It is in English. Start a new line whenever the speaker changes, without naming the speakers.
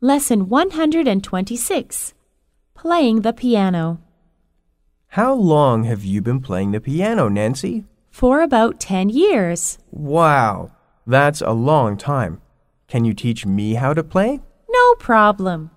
Lesson 126 Playing the Piano.
How long have you been playing the piano, Nancy?
For about 10 years.
Wow, that's a long time. Can you teach me how to play?
No problem.